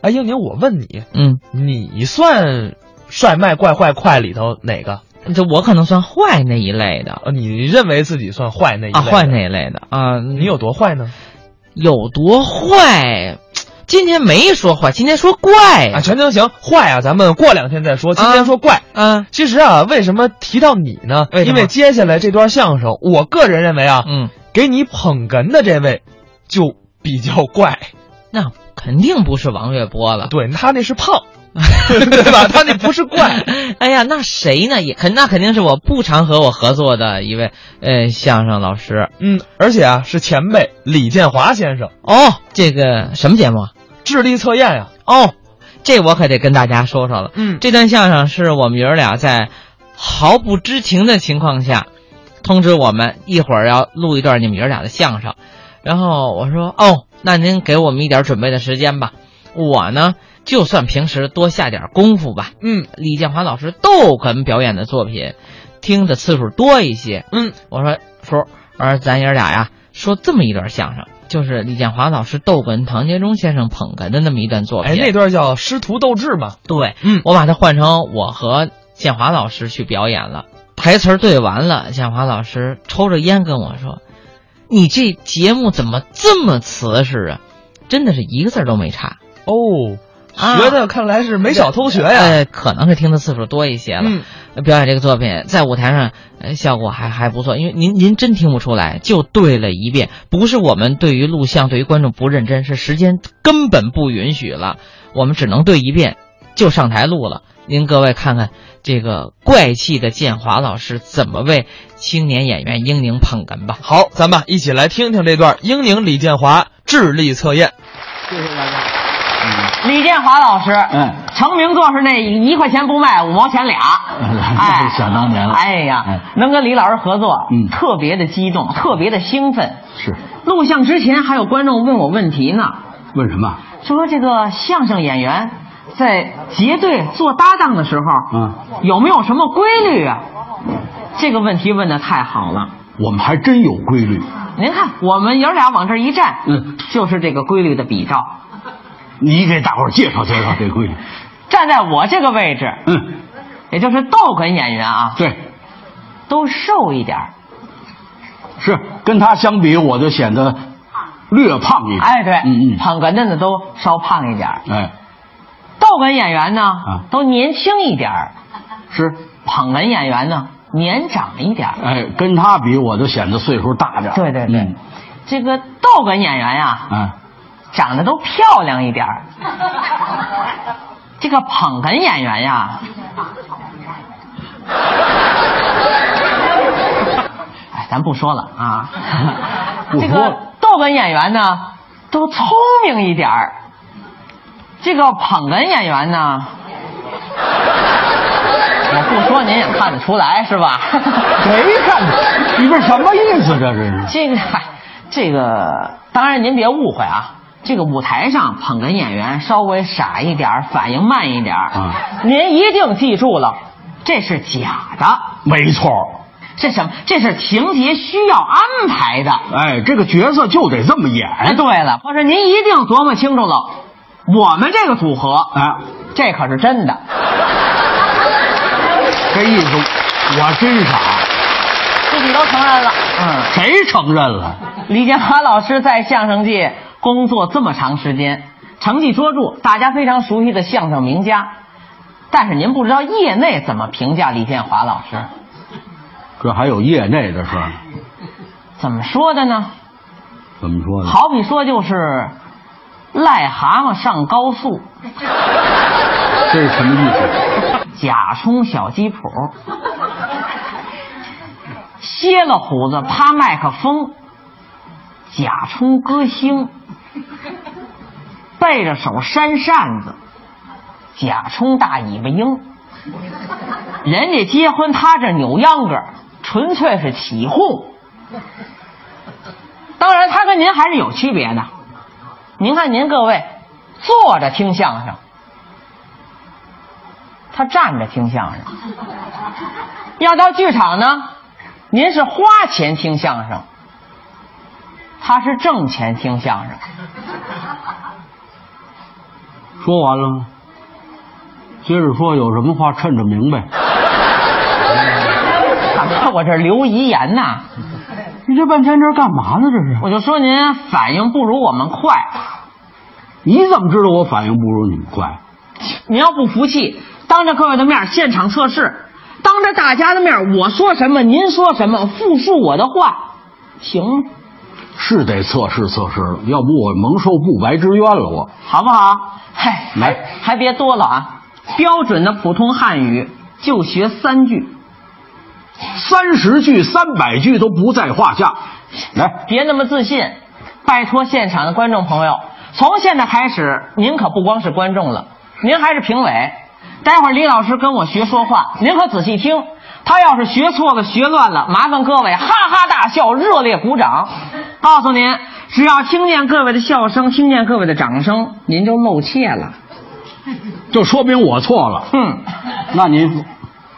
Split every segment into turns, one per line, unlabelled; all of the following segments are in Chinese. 哎，英宁，我问你，
嗯，
你算帅卖怪坏快里头哪个？
就我可能算坏那一类的
呃，你认为自己算坏那一类
啊，
的
坏那一类的啊。
你有多坏呢？
有多坏？今天没说坏，今天说怪
啊，
哎呀。
全都行，坏啊，咱们过两天再说。今天说怪，
啊，
其实啊，为什么提到你呢？
为什
因
么
为接下来这段相声，我个人认为啊，
嗯，
给你捧哏的这位就比较怪，
那肯定不是王月波了。
对他那是胖，对吧？他那不是 怪。
哎呀，那谁呢？也肯那肯定是我不常和我合作的一位呃相声老师
嗯，而且啊，是前辈李建华先生
哦。这个什么节目啊？
智力测验呀、
哦，这我可得跟大家说说了。
嗯，
这段相声是我们爷儿俩在毫不知情的情况下，通知我们一会儿要录一段你们爷儿俩的相声，然后我说哦，那您给我们一点准备的时间吧，我呢就算平时多下点功夫吧。
嗯
李建华老师逗哏表演的作品，听的次数多一些。
嗯，
我说叔，我说咱爷儿俩呀，说这么一段相声，就是李建华老师逗哏，唐杰忠先生捧哏的那么一段作品。
哎，那段叫师徒斗智嘛。
对，
嗯
我把它换成我和建华老师去表演了。台词儿对完了，建华老师抽着烟跟我说：“你这节目怎么这么瓷实啊？真的是一个字儿都没差。
哦，
啊
学的看来是没少偷学哎呀、
呃，可能是听的次数多一些了。
嗯，
表演这个作品在舞台上，呃，效果还还不错。因为您您真听不出来，就对了一遍，不是我们对于录像、对于观众不认真，是时间根本不允许了，我们只能对一遍就上台录了。您各位看看这个怪气的建华老师怎么为青年演员英宁捧哏吧。
好，咱们啊一起来听听这段英宁李建华智力测验。
谢谢大家。
李建华老师，
嗯
成名作是那一块钱不卖，五毛钱 俩，哎，
想当年了
哎呀，
嗯
能跟李老师合作，
嗯
特别的激动，特别的兴奋。
是，
录像之前还有观众问我问题呢，
问什么？
说这个相声演员在结对做搭档的时候，
嗯，
有没有什么规律啊？这个问题问的太好了。
我们还真有规律。
您看，我们爷儿俩往这一站，
嗯，
就是这个规律的比照。
你给大伙儿介绍介绍这规律。
站在我这个位置，
嗯，
也就是逗哏演员啊，
对，
都瘦一点儿。
是跟他相比，我就显得略胖一点。
哎，对，
嗯嗯，
捧哏的呢都稍胖一点儿，
哎，
逗哏演员呢、
啊
都年轻一点儿，
是，
捧哏演员呢年长一点儿。
哎，跟他比，我就显得岁数大点儿。
对对对，
嗯
这个逗哏演员呀、
哎，
长得都漂亮一点儿。这个捧哏演员呀，哎，咱不说了啊。
不
这
说
个
了
逗哏演员呢，都聪明一点儿。这个捧哏演员呢，我不说您也看得出来是吧？
谁看你这什么意思？这是
这个，嗨这个，当然您别误会啊。这个舞台上捧哏演员稍微傻一点儿，反应慢一点儿
啊
您一定记住了，这是假的，
没错儿。
这什么？这是情节需要安排的。
哎，这个角色就得这么演。
哎，对了，或者您一定琢磨清楚了，我们这个组合，
啊，
这可是真的。
这意思我真傻，
自己都承认了。嗯，
谁承认了？
李建华老师在相声界工作这么长时间，成绩卓著，大家非常熟悉的相声名家。但是您不知道业内怎么评价李建华老师，
这还有业内的事儿，
怎么说的呢？
怎么说呢？
好比说就是癞蛤蟆上高速，
这是什么意思？
假充小鸡谱，歇了虎子趴麦克风，假充歌星，背着手扇扇子，假充大尾巴鹰。人家结婚，他这扭秧歌儿，纯粹是起哄。当然，他跟您还是有区别的。您看，您各位坐着听相声，他站着听相声。要到剧场呢，您是花钱听相声，他是挣钱听相声。
说完了吗？接着说，有什么话趁着明白。
啊我这儿留遗言呐，
你这半天这是干嘛呢？这是？
我就说您反应不如我们快，
你怎么知道我反应不如你们快？
您要不服气，当着各位的面现场测试，当着大家的面我说什么您说什么，复述我的话，行吗？
是得测试测试了，要不我蒙受不白之冤了。我
好不好？嗨，还
来
还别多了啊！标准的普通汉语就学三句，
三十句、三百句都不在话下。来，
别那么自信。拜托现场的观众朋友，从现在开始，您可不光是观众了，您还是评委。待会儿李老师跟我学说话，您可仔细听。他要是学错了、学乱了，麻烦各位哈哈大笑，热烈鼓掌。告诉您，只要听见各位的笑声，听见各位的掌声，您就露怯了。
就说明我错了。
哼，
那您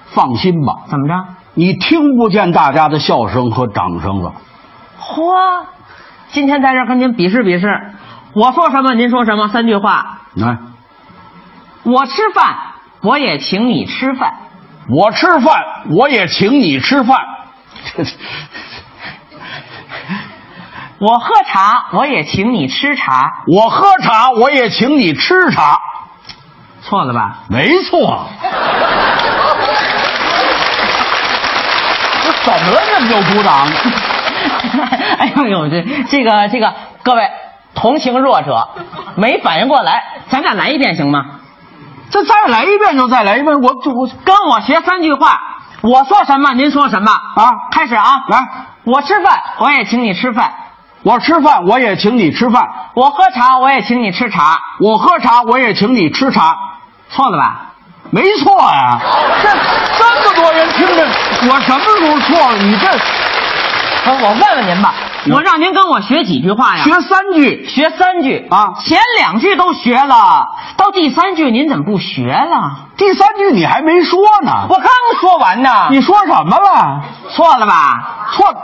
放心吧，
怎么着？
你听不见大家的笑声和掌声了。
嚯！今天在这儿跟您比试比试，我说什么您说什么，三句话。
来，
我吃饭，我也请你吃饭。
我吃饭，我也请你吃饭。
我喝茶，我也请你吃茶，
我喝茶，我也请你吃茶。
错了吧？
没错，
我怎么了？这么就鼓掌？ 哎呦呦，这这个这个，各位同情弱者，没反应过来，咱俩来一遍行吗？
这再来一遍就再来一遍，我我
跟我学三句话，我说什么您说什么啊？开始啊，
来，
我吃饭，我也请你吃饭；
我吃饭我也请你吃饭，
我喝茶，我也请你吃茶。
我喝茶我也请你吃茶，
错了吧？
没错呀、这这么多人听着，我什么时候错了？你这
我我问问您吧，我让您跟我学几句话呀？
嗯学三句，
学三句
啊
前两句都学了，到第三句您怎么不学了？
第三句你还没说呢，
我刚说完呢，
你说什么了？
错了吧？
错，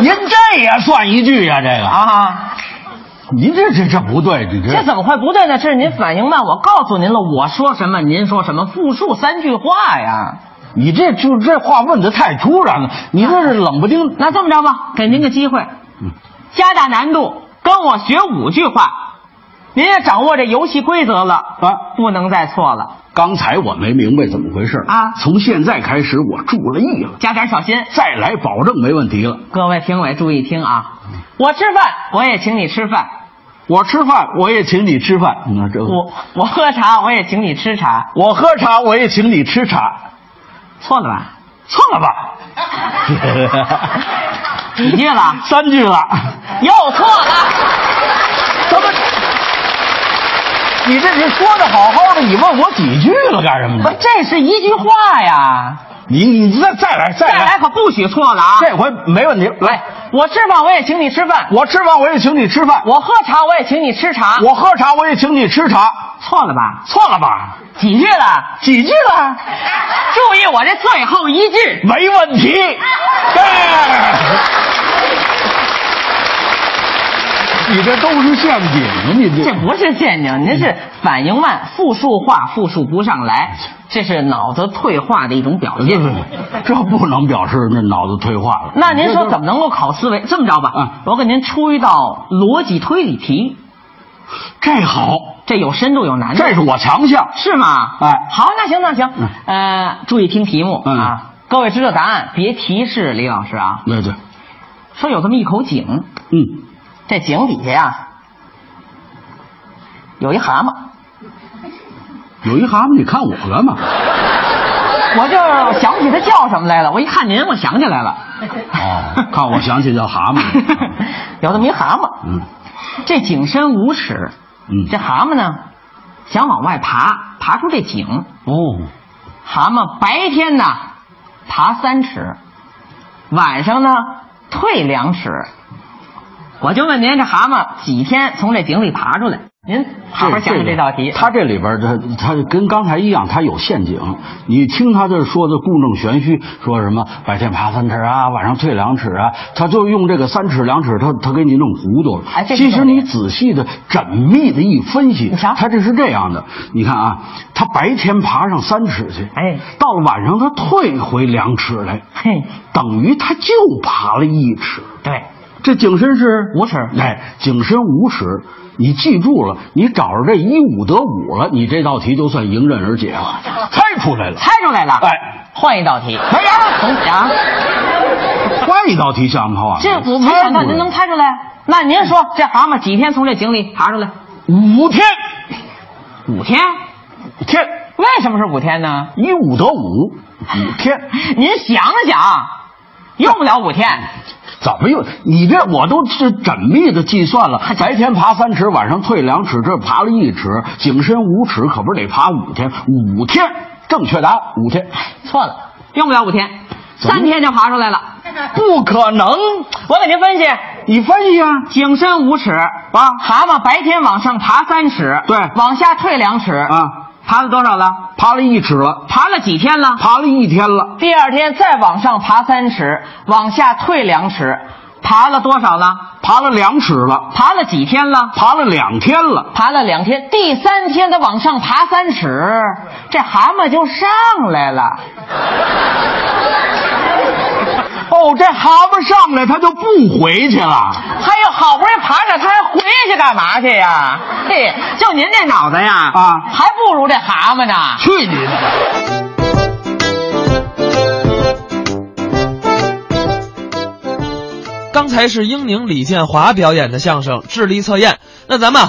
您这也算一句呀、这个啊，
啊，
您这这这不对，你
这怎么会不对呢？这是您反应慢，我告诉您了，我说什么您说什么，复述三句话呀。
你这就这话问的太突然了，你这是冷不丁
那这么着吧，给您个机会
嗯，
加大难度，跟我学五句话。您也掌握这游戏规则了，
啊。
不能再错了，
刚才我没明白怎么回事
啊
从现在开始我注意了，
加点小心。
再来保证没问题了。
各位评委注意听啊！
嗯
我吃饭，我也请你吃饭；
我吃饭我也请你吃饭，那嗯这
我我喝茶，我也请你吃茶。
我喝茶我也请你吃茶，
错了 吧？
错了 吧？
几句了？
三句了，
又错了。
怎么？你这是说的好好的，你问我几句了干什
不
么，？
这是一句话呀！
你你再再来再
再来
来，
可不许错了啊！
这回没问题。来，
我吃饭，我也请你吃饭；
我吃饭我也请你吃饭，
我喝茶，我也请你吃茶。
我喝茶我也请你吃茶，
错了吧？
啊错了吧？
几句了？
几句了？嗯
注意我这最后一句，
没问 题。哎，你这都是陷阱啊！你这
这不是陷阱，您是反应慢，复述话复述不上来，这是脑子退化的一种表现。
嗯这不能表示那脑子退化了。
那您说怎么能够考思维？这么着吧，
嗯
我给您出一道逻辑推理题，
这好，
这有深度有难度，
这是我强项。
是吗？
哎
好，那行那行，
嗯
呃，注意听题目、
嗯
啊，各位知道答案，别提示李老师啊。
对对，
说有这么一口井，
嗯，
这井底下呀有一蛤蟆，
有一蛤蟆，你看我干嘛？
我就想不起它叫什么来了，我一看您，我想起来了。
哦，看我想起叫蛤 蟆了。
有这么一蛤蟆，
嗯
这井深五尺，
嗯，
这蛤蟆呢想往外爬，爬出这井。
哦，
蛤蟆白天呢爬三尺，晚上呢退两尺。我就问您，这蛤蟆几天从这井里爬出来？您好好想想这道题。
他这里边他他跟刚才一样，他有陷阱。你听他这说的故弄玄虚，说什么白天爬三尺啊，晚上退两尺啊，他就用这个三尺两尺，他他给你弄糊涂了。
哎这是
其实
重点
你仔细的、缜密的一分析
你瞧，
他这是这样的。你看啊，他白天爬上三尺去，
哎
到了晚上他退回两尺来，
嘿，
等于他就爬了一尺。
对，
这井深是
五尺
哎，井深五尺，你记住了，你找着这一五得五了，你这道题就算迎刃而解了，猜出来了。
猜出来了。
哎，
换一道题。
哎呀
怎么啊？
换一道题想不好啊？
这我没想到您能猜出来。那您说，这蛤蟆几天从这井里爬出来？
五天，
五天？
天
为什么是五天 呢？
一五得五，五天，
您想想，用不了五天。
怎么又？你这我都是缜密的计算了，白天爬三尺，晚上退两尺，这爬了一尺，井深五尺，可不是得爬五天？五天，正确答案五天。
哎错了，用不了五天，
怎么
三天就爬出来了。
不可能，
我给您分析，
你分析啊。
井深五尺，往蛤蟆白天往上爬三尺，
对
往下退两尺
啊，
爬了多少了？
爬了一尺了，
爬了几天了？
爬了一天了，
第二天再往上爬三尺，往下退两尺，爬了多少了？
爬了两尺了，
爬了几天了？
爬了两天了，
爬了两天，第三天它往上爬三尺，这蛤蟆就上来了。
哦，这蛤蟆上来它就不回去了。
哎呦，好不容易爬上，它还回去干嘛去呀？嘿，就您这脑子呀，
啊
还不如这蛤蟆呢。
去你的！
刚才是英宁、李建华表演的相声智力测验，那咱们啊